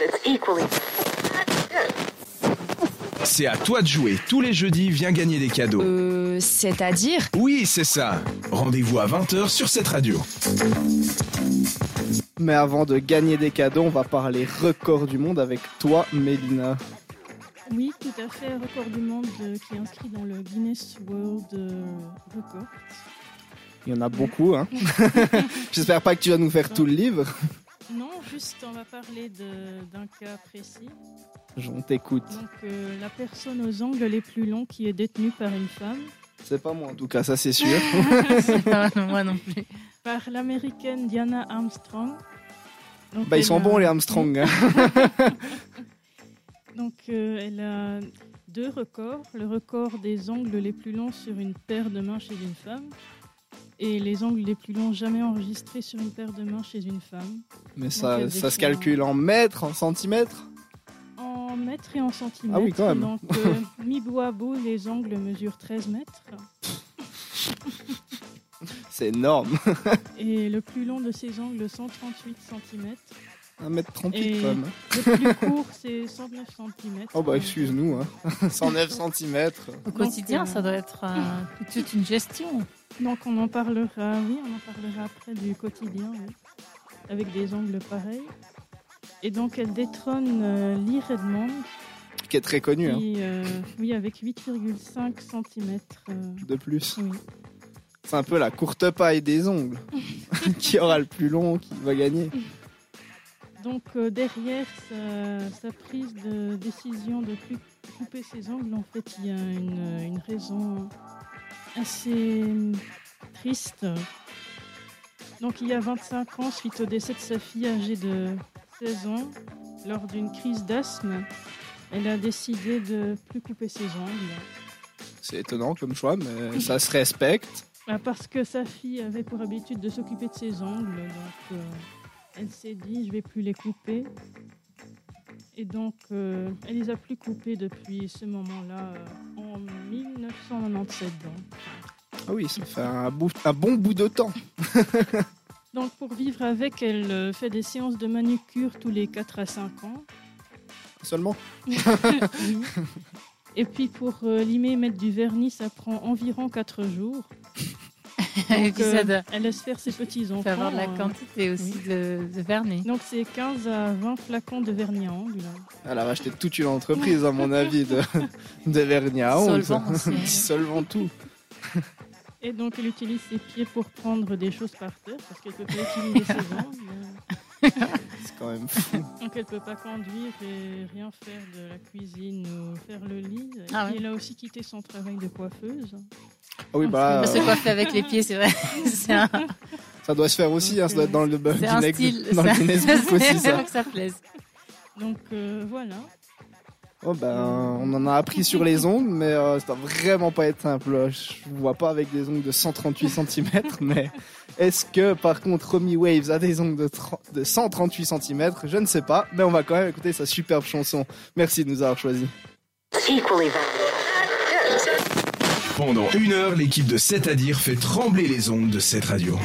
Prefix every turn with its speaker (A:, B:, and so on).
A: that's equally
B: C'est à toi de jouer. Tous les jeudis, viens gagner des cadeaux.
C: Euh, c'est-à-dire
B: Oui, c'est ça. Rendez-vous à 20h sur cette radio.
D: Mais avant de gagner des cadeaux, on va parler record du monde avec toi, Mélina.
E: Oui, tout à fait. Record du monde euh, qui est inscrit dans le Guinness World euh, Record.
D: Il y en a beaucoup, hein. J'espère pas que tu vas nous faire tout le livre.
E: Non, juste on va parler de- d'un cas précis.
D: J'en t'écoute.
E: Donc euh, la personne aux ongles les plus longs qui est détenue par une femme,
D: C'est pas moi en tout cas, ça c'est sûr.
F: Moi non plus.
E: par l'américaine Diana Armstrong. Donc,
D: Bah ils
E: elle
D: sont
E: a-
D: bons les Armstrong. hein.
E: Donc euh, elle a deux records, le record des ongles les plus longs sur une paire de mains chez une femme et les ongles les plus longs jamais enregistrés sur une paire de mains chez une femme,
D: Mais ça,
E: Donc,
D: ça se
E: des fois-
D: calcule en mètres, en centimètres.
E: en mètres et en centimètres.
D: Ah oui, quand même.
E: Donc euh, mi-bout à bout, les ongles mesurent 13 mètres
D: C'est énorme.
E: et le plus long de ces ongles 138 cm.
D: 1 mètre 38
E: Et-
D: quand même.
E: Le plus court c'est 109 cm.
D: Oh bah excuse-nous, hein. 109 centimètres.
F: Au quotidien, ça doit être euh, toute une gestion.
E: Donc on en parlera, oui, on en parlera après du quotidien, oui, avec des angles pareils. Et donc elle détrône euh, Lee Redmond,
D: Qui est très connu, hein.
E: qui, euh, oui, avec 8,5 cm.
D: De plus.
E: euh, oui.
D: C'est un peu la courte paille des ongles. qui aura le plus long, qui va gagner.
E: Donc euh, derrière sa, sa prise de décision de plus couper ses angles, en fait, il y a une, une raison assez euh, triste. Donc il y a 25 ans, suite au décès de sa fille âgée de 16 ans, lors d'une crise d'asthme, elle a décidé de plus couper ses angles.
D: C'est étonnant comme choix, mais ça se respecte.
E: Ah, Parce que sa fille avait pour habitude de s'occuper de ses angles, donc euh, elle s'est dit je vais plus les couper. Et donc euh, elle les a plus coupés depuis ce moment-là euh, en 1997. Donc.
D: Ah oui, ça fait un, bout- un bon bout de temps.
E: Donc, pour vivre avec, elle euh, fait des séances de manucure tous les 4 à 5 ans.
D: Seulement.
E: Et puis pour euh, limer et mettre du vernis, ça prend environ 4 jours.
F: Et
E: Donc,
F: puis
E: euh,
F: ça doit
E: elle laisse faire ses
F: faut
E: petits-enfants.
F: avoir de la
E: euh.
F: quantité aussi de, de vernis.
E: Donc c'est 15 à 20 flacons de vernis à ongles.
D: Elle a racheté toute une entreprise, à mon avis, de, de vernis à ongles.
F: Solvant aussi.
D: Qui solvant tout.
E: Et donc, elle utilise ses pieds pour prendre des choses par terre, parce qu'elle peut pas utiliser ses jambes.
D: C'est quand même fou.
E: Donc, elle peut pas conduire et rien faire de la cuisine ou faire le lit. Et
F: Ah
E: puis,
F: ouais.
E: elle a aussi quitté son travail de coiffeuse.
D: Ah oui, bah,
F: Bah, Se
D: euh,
F: coiffer avec les pieds, c'est vrai. C'est un,
D: ça doit se faire aussi, hein, ça doit être dans le
F: c'est un
D: Guinness
F: style.
D: dans le
F: ça.
D: Guinness Book aussi, ça.
F: Faut que ça plaise.
E: Donc, euh, voilà.
D: Oh, ben, on en a appris sur les ongles, mais euh, ça doit vraiment pas être simple. Je vous vois pas avec des ongles de 138 cm, mais est-ce que par contre Romy Waves a des ongles de, 30 de 138 cm Je ne sais pas, mais on va quand même écouter sa superbe chanson. Merci de nous avoir choisis.
A: equally valuable.
B: Pendant une heure, l'équipe de C'est à dire fait trembler les ondes de cette radio.